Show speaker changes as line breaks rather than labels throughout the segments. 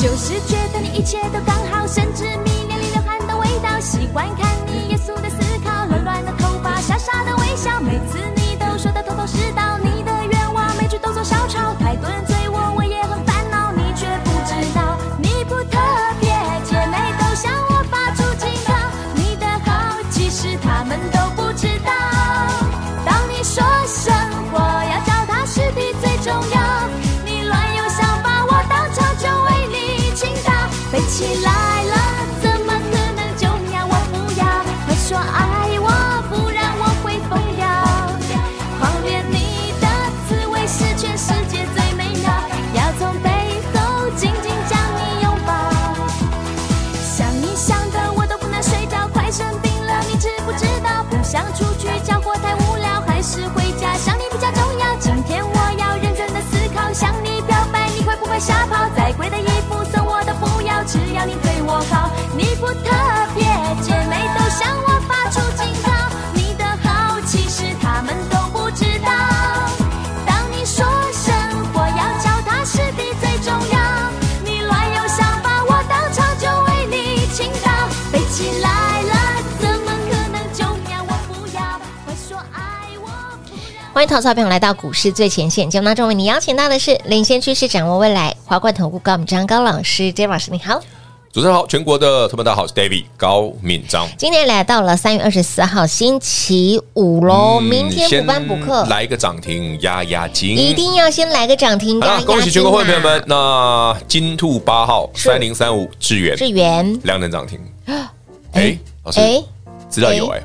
就是觉得你一切都刚好，甚至迷恋你流汗的味道，喜欢看你严肃的思考，乱乱的头发，傻傻的微笑，每次你都说的头头是道，你的愿望每句都做小抄，太多人追我，我也很烦恼，你却不知道，你不特别，姐妹都向我发出警告，你的好其实她们都不知道，当你说生活要脚踏实地最重要，你乱有想法，我当场就为你倾倒。飞起来了，怎么可能就秒？我不要，快说爱我，不然我会疯掉。狂恋你的滋味是全世界最美妙，要从背后紧紧将你拥抱。想你想的我都不能睡觉，快生病了，你知不知道？不想出去搅和太无聊，还是回家想你比较重要。今天我要认真的思考，向你表白，你会不会吓跑？再贵的衣服送我都不要，只要你对我好。你不特别，姐妹都向我发出警告，你的好其实她们都不知道。当你说生活要脚踏实地最重要，你乱有想法，我当场就为你倾倒。飞起来了，怎么可能就秒？我不要，快说爱我，不然我
欢迎投资好朋友来到股市最前线节目当中，为你邀请到的是领先趋势、掌握未来华冠投顾高敏章高老师，J 老师你好。
主持人好，全国的特们大家好，我是 David 高敏章。
今天来到了三月二十四号星期五喽，哦明天补班补课
嗯先，来一个涨停压压惊，
一定要先来个涨停
好
压压啊
了，恭喜全国会员朋友们。那金兔八号
是
三零三五智源，
志源，
量能涨停。
哎
哎，老师
哎，
资料有哎，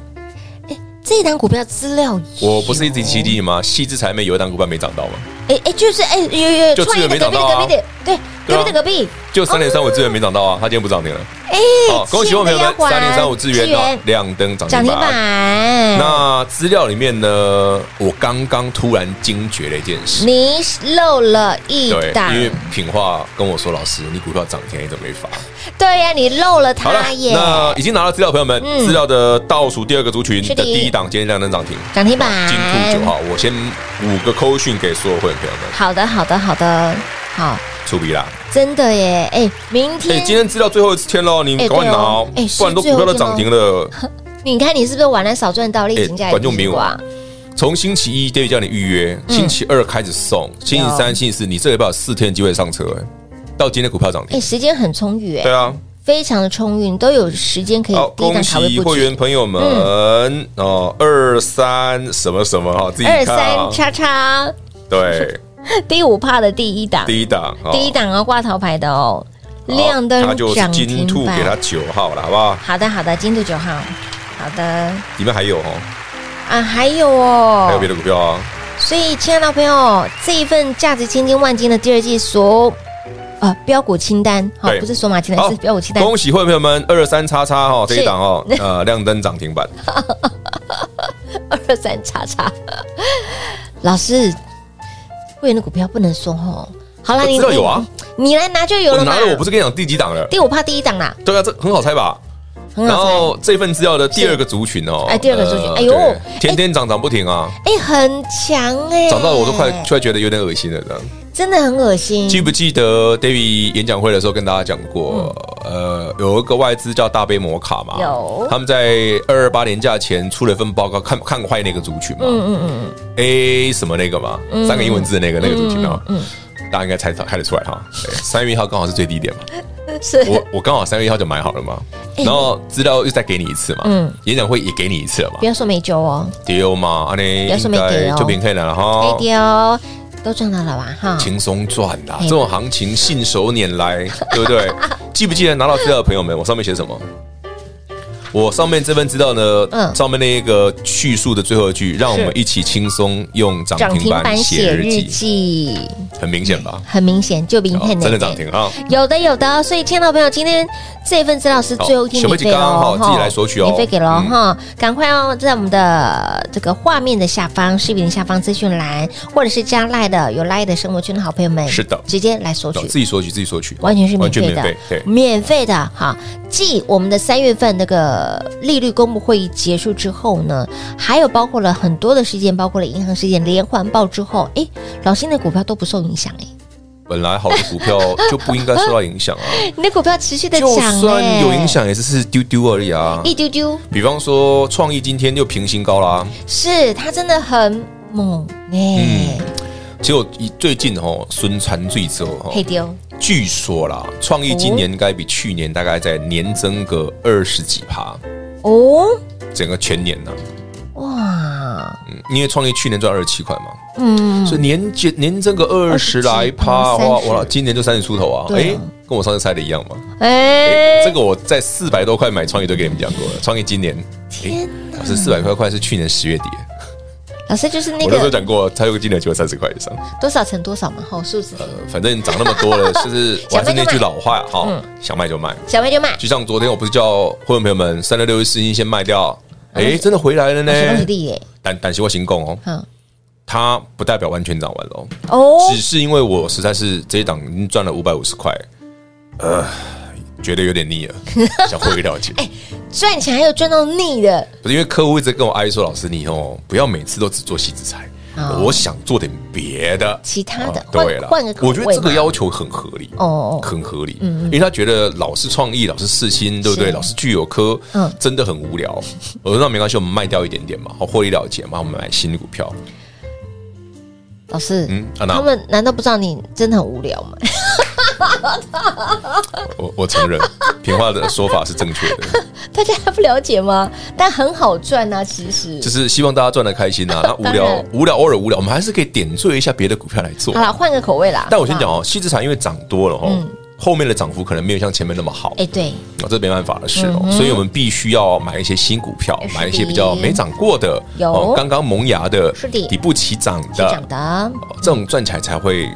这档股票资料有，
我不是一直激励吗？细枝财妹有一档股票没涨到啊吗？
哎哎，就是哎，有有有，
就
创
资
意
源
的
没
隔壁
涨到
的
啊
隔壁的，对，
对
隔
啊
壁的隔壁，
就三点三五智源没涨到啊，它今天不涨停了。
哎，
好，恭喜我朋友们，三点三五智源哦
源，
亮灯涨
涨
停
停
板。
板。
那资料里面呢，我刚刚突然惊觉了一件事，
你漏了一
对，
档
因，为品化跟我说，老师，你股票涨停你怎么没发？
对呀，你漏了
好了
它，耶，
那已经拿到资料，朋友们，
嗯
资料的倒数第二个族群
是
的
的
第一档，今天亮灯涨停，
涨停板
金兔九号，我先五个扣讯给所有会员朋友们，
好的，好的，好的，好，
出笔啦！
真的耶！哎，明
哎，
天
今天资料最后一天喽，你
哎
赶快拿哦
对哦哎是，
不然都股票都
最后
涨
一天哦
停了。
你看你是不是玩了少赚到，例行价
哎
也
管
不
用没
是
有
啊嗯
啊？从星期一 David 叫你预约，星期二开始送，星期三、星期四，你这礼拜有四天的机会上车，哎，到今天股票涨
哎，
停。
时间很充裕，
对
哎，
啊，
非常的充裕，你都有时间可以
好，
嗯第一
恭
档卡位
喜
布
会员
局。嗯
朋友们哦，二三什么什么哈，自己
二
看啊
三，叉叉
对，
第五帕的第一档，
第一档，哦
第一档哦，挂头牌的哦，
好
亮
它
灯
就是
涨
金
停
兔给它
板。哦
九号了，好不好？
好的，好的，金兔九号，好的
里面还有哦，
啊，还有哦，
还有别的股票啊，
所以，亲爱的朋友，这一份价值千金万金的第二季所呃标股清单，好、
对
不是索马清单，
好
是标股清单。
恭喜会员朋友们，二三叉叉哈这一 档哦，呃，亮灯涨停板，
二三叉叉， 老师，会员的股票不能说哦。好了，
我
你
知道有啊，
你你来拿就有
我
了嘛。
拿了，哦我不是跟你讲第几档了？
第五怕第一档啦，
对啊，这很好猜吧？
很
然
好
后这份资料的第二个族群哦，
哎第二个族群
呃
哎呦
对
哎
天天涨涨不停啊，
猜。哎、很强哎、
涨到我都快快觉得有点恶心了这样。
真的很恶心。
记不记得 David 演讲会的时候跟大家讲过，呃，有一个外资叫大杯摩卡嘛，
嗯有
他们在二二八年假前出了一份报告，看看坏那个族群嘛，
嗯嗯嗯嗯，
A 什么那个嘛，三个英文字的那个那个主题啊，
嗯
大家应该猜猜得 出来哈。对三月一号刚好是最低点嘛，
是哎
我我刚好三月一号就买好了嘛，然后资料又再给你一次嘛，
嗯
演讲会也给你一次了嘛
不，要说没救哦，
丢嘛，安尼
要说
应
没
该
丢
就免看了
哎
哈，
丢、哦，都赚到了吧哈。
轻松赚啦，
嘿
这种行情 信手拈来，对不对？记不记得拿到资料的朋友们，我上面写什么？我上面这份资料呢，
嗯
上面那一个叙述的最后一句，让我们一起轻松用涨
涨
停
停板
板
写
写日
日
记，
记，
很明显吧？
很明显就嗯明
好
显
真的涨。停啊！
有的有的，所以亲爱的朋友，今天这份资料是最后一天免费
好小妹姐刚刚
哦，
好
哈
自己来索取哦
免费给喽
嗯
哈，赶快哦，在我们的这个画面的下方、视频的下方资讯栏，或者是加赖的有赖的生活圈的好朋友们，
是的
直接来索取
好，自己索取，自己索取，
嗯完全是免费
完全免
的
费，对，
免费的哈。继我们的三月份那个利率公布会议结束之后呢，还有包括了很多的事件，包括了银行事件连环爆之后，哎，老师你的股票都不受影响哎，
本来好的股票 就不应该受到影响 啊，
你的股票持续的
就
涨哎，
算有影响也只是丢丢而已啊。
一丢丢，
比方说创意今天就平新高啦，
是它真的很猛哎，
结果一最近哦，孙传最之后
嘿
哦，
丢
据说啦，创意今年应该比去年大概在年增个二十几趴，
哦，
整个全年呢、
哇，
嗯因为创意去年赚二十七块嘛，
嗯，
所以年减年增个二十来趴，
嗯
哇
30
哇，今年就三十出头啊！
对
哎
啊，
跟我上次猜的一样嘛。
哎
这，个我在四百多块买创意都给你们讲过了，创意今年，
天哪
可是四百块块是去年十月底，
老师就是那
我那时候
个
讲过，它有个今年只有三十块以上。
多少乘多少嘛，吼数字，
呃，反正涨那么多了， 就是我还是那句老话哈
嗯，
想卖就卖。
小妹就卖，
就像昨天我不是叫会员朋友们三六六一四星先卖掉，哎，真的回来了呢
老。师恭喜弟耶，
但但是我行动哦，
嗯，
它不代表完全涨完了哦。
哦，
只是因为我实在是这一档已经赚了五百五十块，呃，觉得有点腻 了，想回归了解。
哎赚钱还有赚到腻的，
不是因为客户一直跟我哀说，老师你哦，不要每次都只做西子菜，
哦
我想做点别的，
其他的
啊
换
对了，
换个口味
我觉得这个
嘛
要求很合理
哦
很合理，因为他觉得老是创意，老是四新，对不对？
是
老是具有科，
嗯
真的很 无聊。我说那没关系，我们卖掉一点点嘛，好获利了结
嗯
嘛，我们买新的股票。
老师，
嗯，
他
啊，那
们难道不知道你真的很无聊吗？
我我承认， 平话的说法是正 确的。
大家还不了解吗？但很好赚啊，其实
就。是希望大家赚的开心啊。那无
当
聊
然
无聊偶尔无聊，我们还是可以点缀一下别的股票来做
好。啦，换个口味啦。
但我先讲
好
哦，西子产因为涨多了哦
嗯，
后面的涨幅可能没有像前面那么好
不好，哎，对，
啊这没办法的事哦
嗯。哼
所以我们必须要买一些新股票
是，的
买一些比较没涨过的，
有
哦刚刚萌芽的
是的，
底部起涨
是
的
讲，的，
哦这种赚起来才会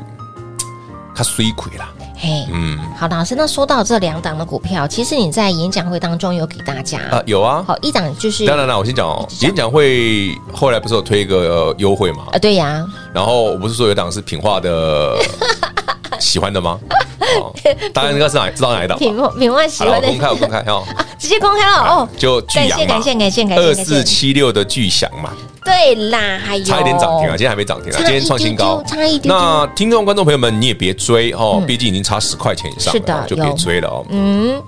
它虽亏啦。
嘿，
嗯
好，老师，那说到这两档的股票，其实你在演讲会当中有给大家，
啊，有啊。
好，一档就是
当然啦，我先讲哦，演讲会后来不是有推一个呃优惠嘛？
啊，对呀，
然后我不是说有档是品 化的喜欢的吗？哦大家应该是哪知道哪一档吧？
品品万喜
好
欢
了，
的
我公开，我公开哦，
直接公开了 哦。
就巨
感
阳
谢
嘛
感，谢感谢感
二
谢感
四
谢，
七六的巨翔嘛，
对啦，还有
差一点涨停啊，今天还没涨停啊，
差一
今
丢丢
天创新高。
差一丢丢
那听众观众朋友们，你也别追哦，毕竟已经差十块钱以上
是的
了，就别
有
追了哦。
嗯，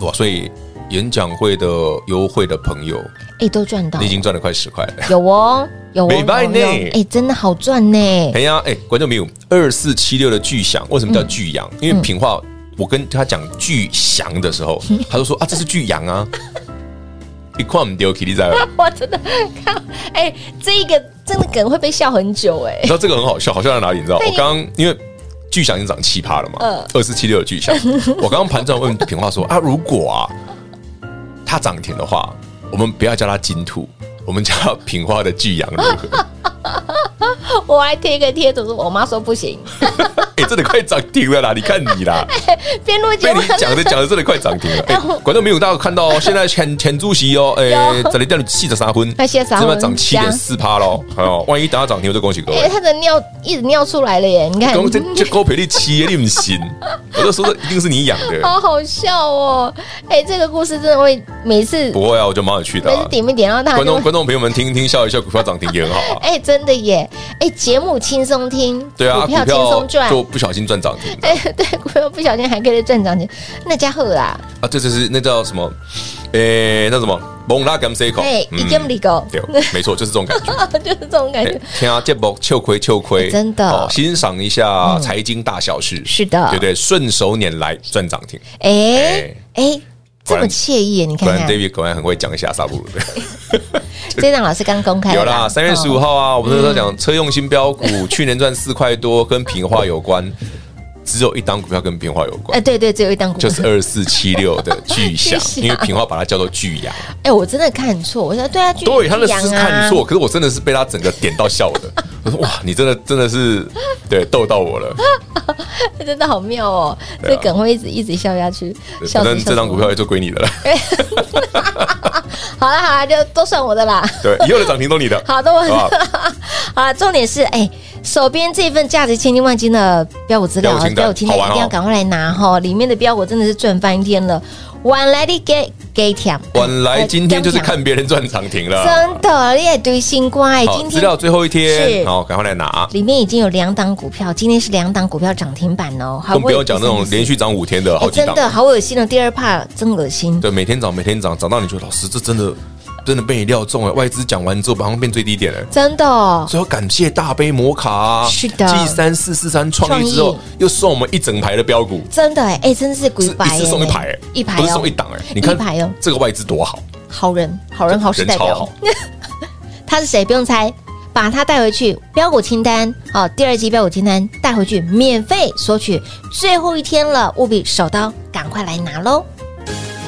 哇，所以演讲会的优惠的朋友，
哎，都赚到
你已，经赚了快十块了。
有哦，有哦，
没卖呢
有哦哎，真的好赚呢，
哎呀，哎，观众朋友，二四七六的巨翔为什么叫
嗯
巨阳？因为品化，我跟他讲巨翔的 时候，他就说啊，这是巨阳啊。一块唔丢 k i 在，
我真的看，哎，这一个真的梗会被笑很久哎
你，知道这个很好笑，好笑在哪里？你知道，
对
我刚刚因为巨翔已经涨七趴了嘛
嗯，
二四七六的 巨翔，我刚刚盘中问品化说啊，如果啊它涨停的话，我们不要叫它金兔，我们叫它品化的巨阳如何？
我还贴一个贴图，说我妈说不行，
哎，真的快涨停了啦！你看你啦，
边录节
被
目
你讲着讲着，真的快涨停 了。哎、观众朋友，大家有看到哦，现在前前主席哦，哎、
有
这里掉了七十三分，
哎73分
这么涨七点四趴喽。哎呦，万一等下涨停，我就恭喜各
哎、
位。
他的尿一直尿出来了耶！ 你看，
刚这这高赔率七，你不行，我就说这一定是你养的。
好好笑哦！哎、这个故事真的会每次
不会啊，我觉得蛮有趣的、
每次
啊。
点一点到他
观
就
众
会，
观众朋友们听一听笑一笑，股票涨停也很好 啊。
哎、真的耶！哎、节目轻松听，
对
股
啊，股
票轻松
票
赚，
就不小心赚涨停的
哎、 对，股票不小心还可以赚涨钱，那家伙啊！
啊，这就是那叫什么？哎，那什么？蒙拉甘塞口
哎、，一
嗯
根不离狗，
对，没错，就是这种感觉。
就是这种感觉
对。听啊，这波秋亏秋亏，
哎
哦
真的嗯
欣赏一下财经大小事，
是的
对不对？顺手拈来赚涨停，
哎哎、这
果然
么惬意耶，你
果
看
然
看，
David 果然很会讲一下萨布鲁的。
这档老师刚公开
有
了
啦，三月十五
哦嗯
号啊，我们那时候讲车用新标股，去年赚四块多，跟平化有关。只有一档股票跟平化有关
哎，，对对，只有一档股票
就是二四七 六的巨
巨，
响
响
因为平化把它叫做巨阳，
哎，我真的看错，我说对啊，巨
对，他的
巨阳
是
啊
看错，可是我真的是被他整个点到笑的。我说哇，你真的真的是对逗到我了，
真的好妙哦，
对
这
啊
梗会一直一直笑下去，
对
笑
反
死笑死
正这张股
我哎
票就归你的了，
好啦好啦，就都算我的啦。
对，以后的涨停都你的，
好的，我
好不啊好
好啦重点是，哎、手边这份价值千金万金的标股资料
标股
啊，
清单
标股清单
好玩
一
哦
定要赶快来拿哈！里面的标股真的是赚翻天了，晚来的给给甜，
晚来今天就是
呃
看别人赚涨停了，
真的，你也堆新瓜哎，
啊好
今
资
天
料最后一天
是，
好，赶快来拿，
里面已经有两档股票，今天是两档股票涨停板哦，好
更嗯不用讲那种连续涨五天的好几
哎真
档，
的好恶心哦，第二怕真恶心，
对，每天涨每天涨，涨到你觉得老师这真的真的被你料中了，外资讲完之后马上变最低点了。
真的哦，
所以要感谢大杯摩卡、啊，
是的
继三四四三创意之后
创，
又送我们一整排的标股，
真的哎、哎、真是鬼
是
白、
一次送一排、欸，
一排、哦、
不是送一档哎、你
一
看
排哦
这个外资多好，
好人，好人好事代
人
表嗯
超好。
他是谁？不用猜，把他带回去标股清单哦，第二季标股清单带回去免费索取，最后一天了，务必手刀赶快来拿喽！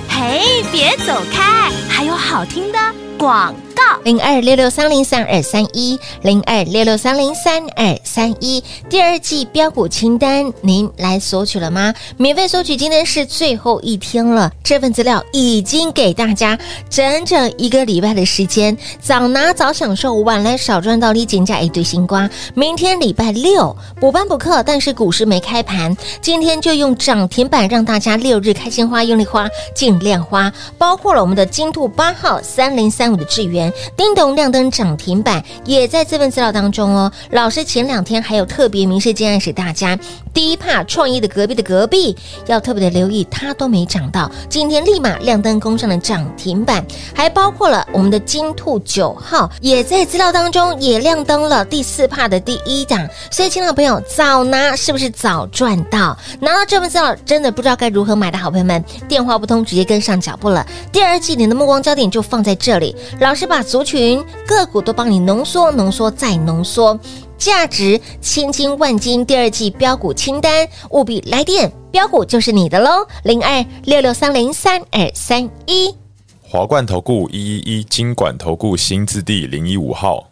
嘿，别走开，还有好听的广告。
零二六六三零三二三一零二六六三零三二三一第二季标股清单，您来索取了吗？免费索取，今天是最后一天了，这份资料已经给大家整整一个礼拜的时间，早拿早享受，晚来少赚到，你减价一堆新瓜。明天礼拜六补班补课，但是股市没开盘，今天就用涨停板让大家六日开心花、用力花、尽量花，包括了我们的金兔八号三零三五的智源，叮咚亮灯涨停板也在这份资料当中哦。老师前两天还有特别明示建议给大家，第一怕创意的隔壁的隔壁要特别的留意，它都没涨到，今天立马亮灯攻上了涨停板，还包括了我们的金兔九号也在资料当中也亮灯了第四帕的第一档，所以亲爱的朋友早拿是不是早赚到？拿到这份资料真的不知道该如何买的好朋友们，电话不通直接跟上脚步了。第二季你的目光焦点就放在这里，老师把族群个股都帮你浓缩、浓缩再浓缩。价值千金万金第二季标股清单，务必来电，标股就是你的喽，零二六六三零三二三一。
华冠投顾一一一金管投顾新字第零一五号，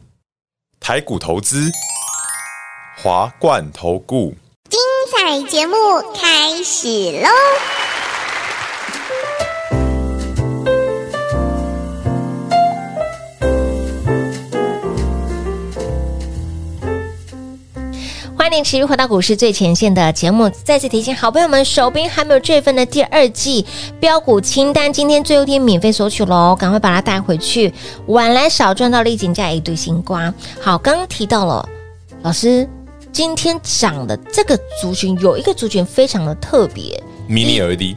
台股投资，华冠投顾。
彩节目开始喽！
欢迎持续回到股市最前线的节目。再次提醒好朋友们，手边还没有这份的第二季标股清单，今天最后一天免费索取喽，赶快把它带回去，晚来少赚到立井价一堆新瓜。好，刚刚提到了老师。今天涨的这个族群有一个族群非常的特别
，mini LED，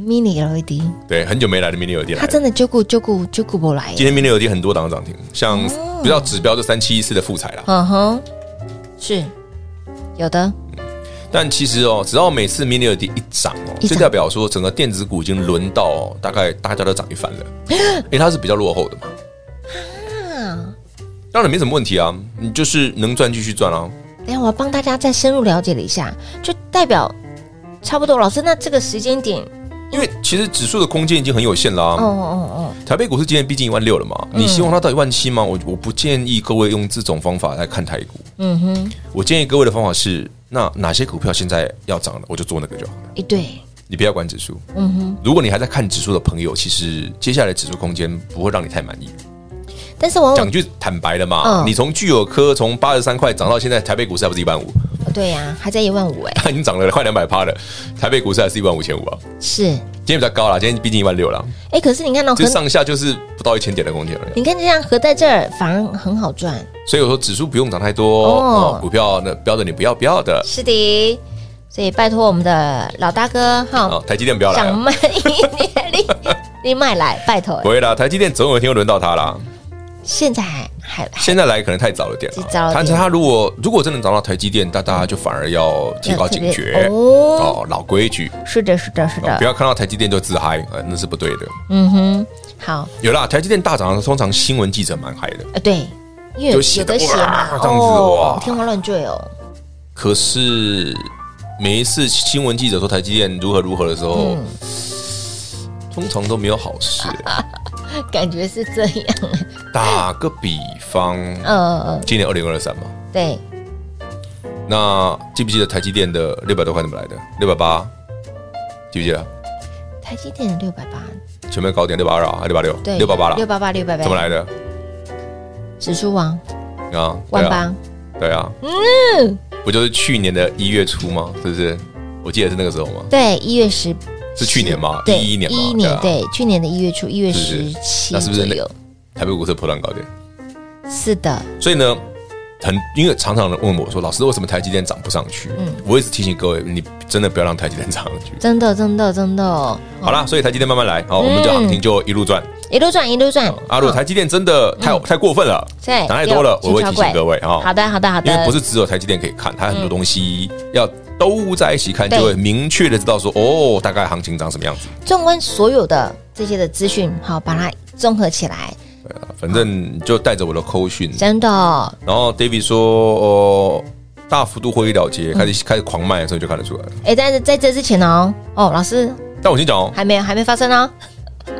，mini LED，
对，很久没来的 mini LED 来
它
了。
真的就顾就顾就顾不来耶。
今天 mini LED 很多档涨停，像
哦
比较指标就三七一四的富彩啦。
嗯哼，是有的，
但其实哦，只要每次 mini LED 一涨哦，
一涨
就代表说整个电子股已经轮到哦，大概大家都涨一番 了，因为它是比较落后的嘛。
啊
当然没什么问题啊，你就是能赚继续赚啊。
等哎一下我要帮大家再深入了解了一下，就代表差不多。老师，那这个时间点，
因为其实指数的空间已经很有限啦、
嗯哦嗯哦哦，
台北股市今天逼近一万六了嘛，你希望它到一万七吗？我我不建议各位用这种方法来看台股。
嗯哼，
我建议各位的方法是，那哪些股票现在要涨了，我就做那个就好了，
一哎对，
你不要管指数。嗯哼，如果你还在看指数的朋友，其实接下来指数空间不会让你太满意。
但是往
讲
往
句坦白的嘛，
哦嗯
你从具有科从八十三块涨到现在，台北股市还不是一万五，
对呀、还在一万五哎，
它已经涨了快两百趴了，台北股市还是一万五千五啊。
是
今天比较高啦，今天逼近一万六啦，
哎，可是嗯你看到
这
很，
上下就是不到一千点的空间而已。
你看这样合在这儿反而很好赚，
所以我说指数不用涨太多，
哦
哦、股票那标的你不要不要的，
是的，所以拜托我们的老大哥
哦
哈，，
台积电不要来
想
了，
卖一点， 你你卖来，拜托
不，会啦，台积电总有一天会轮到它啦。
现在还还还
现在来可能太早了点了，
早了
它
点
它如果如果真的涨到台积电，大大家就反而要提高警
要特
觉
别哦
哦，老规矩，
是的，是的，是
哦不
的，
要看到台积电就自嗨，呃，那是不对的。
嗯哼，好，
有啦，台积电大涨，通常新闻记者蛮嗨的，
呃，对，因为有
就写
有的
得
写嘛
哇，这样子哇
天花乱坠哦，
可是每一次新闻记者说台积电如何如何的时候，通常都没有好事。
感觉是这 样。
打个比方，
呃，
今年二零二三嘛，
对，
那记不记得台积电的六百多块怎么来的？六百八，记不记得？
台积电六百八，
前面高点六百二啊，六百六，
对，
六百八了，
六八八，六百八，
怎么来的？
指数王
啊，对
万
啊。
八，
对啊，嗯，不就是去年的一月初吗？是不是？我记得是那个时候吗？
对，一月十
是去年吗？
对，
一一年吗？
一一年，
啊，
对，去年的一月初，一月
是
十
不
七
那是不
左
是那
右，
台北股市破断高点。
是的，
所以呢，很因为常常人问我说，老师为什么台积电涨不上去？
嗯
我一直提醒各位，你真的不要让台积电涨上去。
真的，真的，真的，
好啦，所以台积电慢慢来，好，我
嗯
们就行情就一路转。
一路转，一路嗯转，
啊，如果台积电真的太太过分了，
嗯对，
涨太多了，
六
我会
金
提
超
醒
贵
各位啊。
好的，好的，好的，
因为不是只有台积电可以看，它很多东西要都在一起看，
对
就会明确的知道说，哦，大概行情长什么样子。
纵观所有的这些的资讯，好，把它综合起来，
反正就带着我的扣讯，
真的
然后 David 说，哦，大幅度获利了结，开
嗯
始开始狂卖的时候就看得出来了。
哎、但是在这之前哦，哦，老师
但我先讲哦，
还没有，还没发生哦。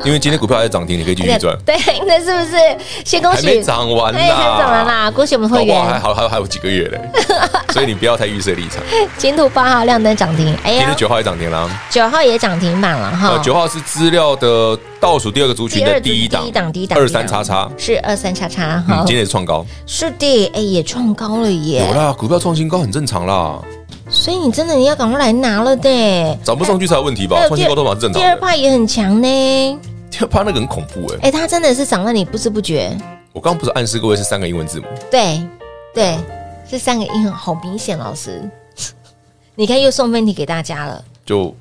因为今天股票还在涨停，你可以继续赚，
对，那是不是先恭
还没
喜？
涨完
哎，还涨完
啦，
啦！恭喜我们
搞
会
不好还
员，哎
好还有还有几 个月嘞，所以你不要太预设立场。
金兔八号亮灯涨停，哎
今天
呀，
九号也涨停啦，
九号也涨停板了哈
呃，。九号是资料的倒数第二个族群的第一档，
第一档，第一档，
二三叉叉，
是二三叉叉
嗯，
哈
今，天也是创高，
是的，哎，也创高了耶
有，啊啦，股票创新高很正常啦，
所以你真的你要赶快来拿了的。
涨不上去才有问题吧？
哎
创新高都蛮正常
第二
嗯 的。
趴也很强呢，
第二趴那个很恐怖哎，
哎，它真的是涨到你不知不觉，
我刚刚不是暗示各位是三个英文字母？
对对，这三个音很好明显，老师， 你看又送分题给大家了。
就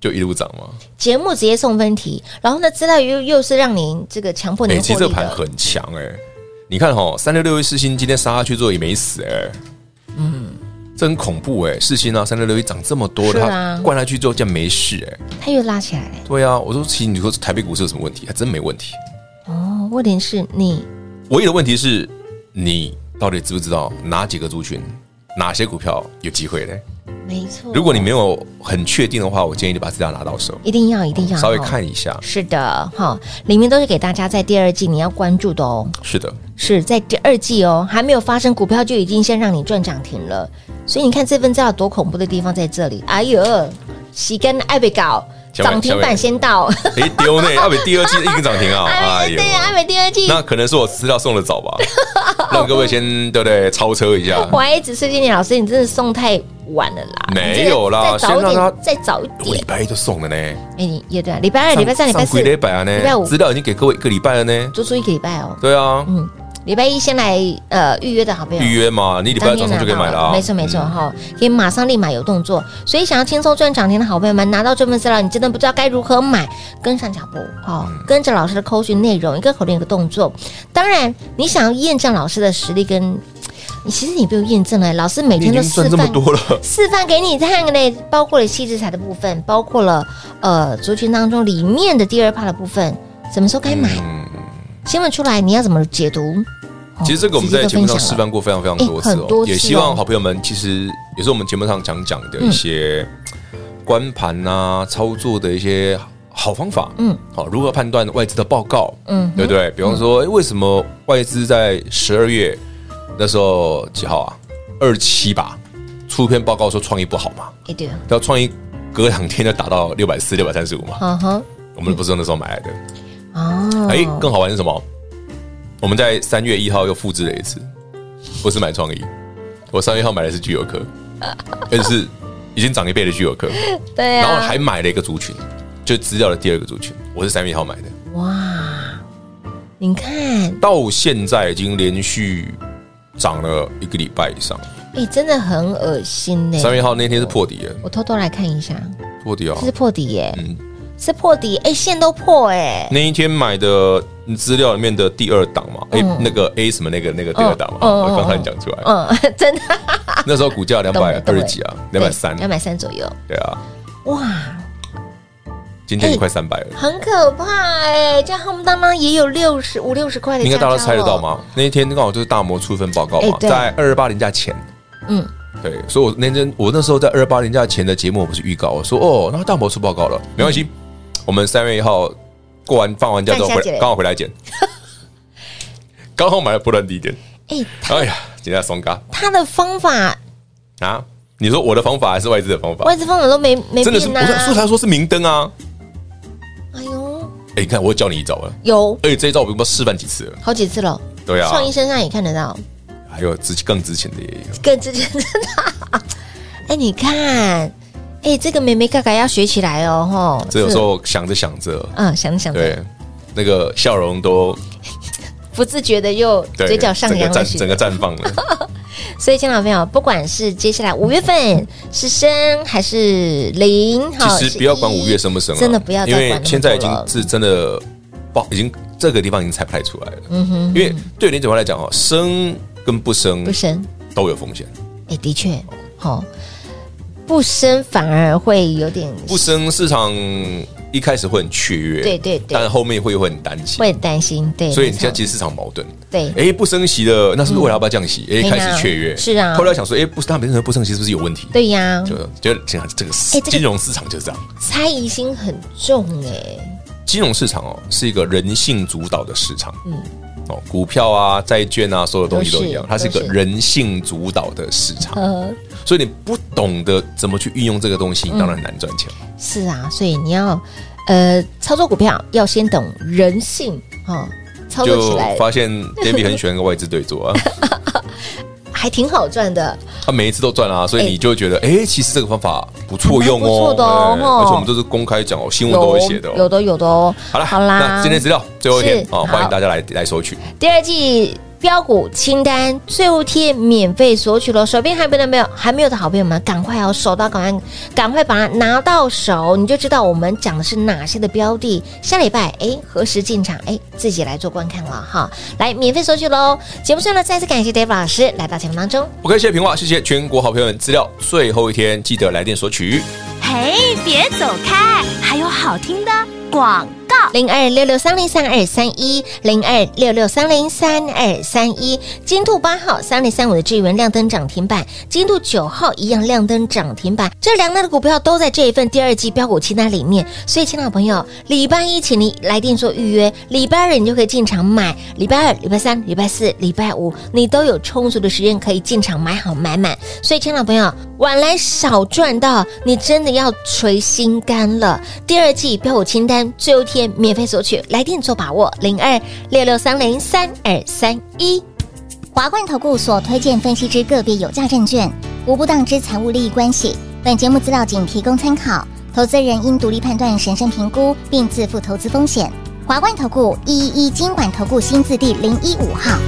就一路涨嘛。
节目直接送分题，然后呢，资料又又是让您这个强迫您
哎，其
获
实这
利
个盘
的，
很强哎、你看哈，三六六一四星今天杀下去之后也没死哎、嗯，这很恐怖哎、四星啊，三六六一涨这么多
是
了，
啊
它灌下去之后竟然没事哎、
它又拉起来了。
对啊，我说其实你说台北股市有什么问题？还真没问题，
哦，问题是你
唯一的问题是你到底知不知道哪几个族群、哪些股票有机会嘞？
没错，
如果你没有很确定的话，我建议你把资料拿到手，
一定要一定要
稍微
哦
看一下。
是的，哈、里面都是给大家在第二季你要关注的哦，
是的，
是在第二季哦，还没有发生股票就已经先让你赚涨停了，所以你看这份资料多恐怖的地方在这里，哎呦，洗干艾被搞，
小美
涨停
小美
板先到，
哎丢呢， 要比第二季一根涨停啊！
哎，对，艾美第二季
那可能是我资料送的早 吧，让各位先对不对超车一下。
我还一直说金年老师，你真的送太晚了啦，
没有啦
你这个
先让
再早一点，再早
我
一
礼
点。
拜一就送了呢，
哎，你也对啊，礼拜二、礼拜三、礼拜四
上，礼拜啊呢，
礼拜五
资料已经给各位一个礼拜了呢。
足足一个礼拜哦。
对啊，
嗯，礼拜一先来呃预约的好朋友，
预约嘛，你礼拜二早上就可以买了啊。
没错没错哈，可以马上立马有动作。所以想要轻松赚涨停的好朋友们，拿到这份资料，你真的不知道该如何买，跟上脚步哦，
嗯
跟着老师的扣讯内容，一个口令一个动作。当然，你想要验证老师的实力跟。你其实你不用验证了，老师每
你已
天都
经
示
赚这么
范
多了，
示范给你看嘞，包括了细致材的部分，包括了呃族群当中里面的第二趴的部分，什么时候该买？
嗯，
新闻出来你要怎么解读？哦
其实这个我们在节
直接
目上示。
都分享了
范过非常非常多次
哎很多
哦，
次哦
也希望好朋友们，其实也是我们节目上常讲的一些
嗯
观盘啊、操作的一些好方法。
嗯，
好，如何判断外资的报告？
嗯
对不对？比方说，诶哎为什么外资在十二月那时候几号啊？二七吧，出一篇报告说创意不好嘛，
哎对，
然后创意隔两天就打到六百四、六百三十五嘛，
嗯哼，
我们不是那时候买来的。
哦，
哎，更好玩是什么？我们在三月一号又复制了一次，不是买创意，我三月一号买的是聚友科，而且是已经涨一倍的聚友 科，
对
然后
啊，
还买了一个族群，就资料的第二个族群，我是三月一号买的，
哇，你看，
到现在已经连续涨了一个礼拜以上。
哎，真的很恶心呢。
三月一号那天是破底的，
我偷偷来看一下，
破底啊
这！是破底耶，
嗯，
是破底，哎，线都破哎，
那一天买的资料里面的第二档嘛，A
嗯
那个 A 什么那个那个第二档嘛，
嗯嗯嗯
我刚才讲出来，
嗯， 真的
那时候股价两
懂
百
了懂
二
了
十几啊，两百三，
两百三左右，
对啊，
哇，
今天已经快三百了，
很可怕哎、这样夯不当当也有六十五六十块的，哦
应该大家都猜得到？吗？那一天刚好就是大摩出一份报告
哎
嘛，
对
在二十八年假前，
嗯，
对，所以我那天我那时候在二八年假前的节目，我不是预告我说哦，那大摩出报告了，没关系，我们三月一号过完放完假之后
嗯放
回
下
来，
节
刚好回来捡， 刚好买了波段 低点，
哎，
哎呀，今天松嘎
他的方法
啊！你说我的方法还是外资的方法？
外资方法都没没
真的是，
变啊
我说说
呐、
来说是明灯啊！
哎呦，
哎，你看我教你一招了，
有
而且这一招我不知道示范几次了。
好几次了，
对啊，
上衣身上也看得到，
还有之更之前的也有，
更之前的。哎，你看，哎，这个妹妹嘎嘎要学起来哦，吼。
这有时候想着想着，
是，嗯，想想
对，那个笑容都
不自觉的又
对
嘴角上
整个
扬了
绽
许
整
多。
个绽 放了。
所以，亲老朋友，不管是接下来五月份是升还是零，哈
其实不要管五月生不生、啊，
真的不要再
因
管那
为
么
现在已
多
经
了
是真的爆，已经这个地方已经猜不太出来了。
嗯哼，
因为对林子华来讲哦，生跟不生
不升，
都有风险，
哎，的确，好、不升反而会有点
不生市场一开始会很雀跃，
对对对
但后面会会很担心。
会担心，对，
所以你
没
现在
错
其实市场矛盾，
对嗯
哎，不升息了，那是不是未来要不要降息？哎，
嘿
开
呐
始雀跃，
是啊
后来想说，哎，不是，他本身不升息是不是有问题？，
对呀、
就就想这个
嗯哎这个
金融市场就是这样，
猜疑心很重哎、
金融市场哦是一个人性主导的市场，
嗯
嗯，哦，股票啊、债券啊，所有东西都一样
都是，
它是一个
都是
人性主导的市场，
呃，
所以你不懂得怎么去运用这个东
嗯
西，你当然很难赚钱。
是啊，所以你要呃操作股票要先懂人性哦，操作起
就
来
发现 David 很喜欢跟外资对 做啊，
还挺好赚的，
他每一次都赚啊，所以你就会觉得，哎，其实这个方法不错
嗯还蛮
用
不错
哦，
的哦
哎
哦
而且我们都是公开讲哦，新闻都
有
会写的
有
哦。
的有的哦。
好了，
好
那
啦，
今天资料最后一天
是
哦，欢
好
迎大家来来索取。
第二季标股清单最后贴免费索取喽！手边还没有没有还没有的好朋友们，赶快哦，手到赶快赶快把它拿到手，你就知道我们讲的是哪些的标的。下礼拜哎何时进场哎自己来做观看了哈，来免费索取喽！节目最后呢，再次感谢 Dave 老师来到节目当中。
OK，谢谢平话，谢谢全国好朋友们，资料最后一天记得来电索取。
嘿，别走开，还有好听的广告。
零二六六三零三二三一零二六六三零三二三一，金兔八号三零三五的智源亮灯涨停板，金兔九号一样亮灯涨停板，这两档的股票都在这一份第二季标股清单里面。所以，亲老朋友，礼拜一请你来电做预约，礼拜二你就可以进场买，礼拜二、礼拜三、礼拜四、礼拜五你都有充足的时间可以进场买好买满。所以，亲老朋友，晚来少赚到，你真的要捶心肝了。第二季标股清单最后一天免费索取，来电做把握零二六六三零三二三一。
华冠投顾所推荐分析之个别有价证券，无不当之财务利益关系。本节目资料仅提供参考，投资人应独立判断、审慎评估，并自负投资风险。华冠投顾一一一金管投顾新字第零一五号。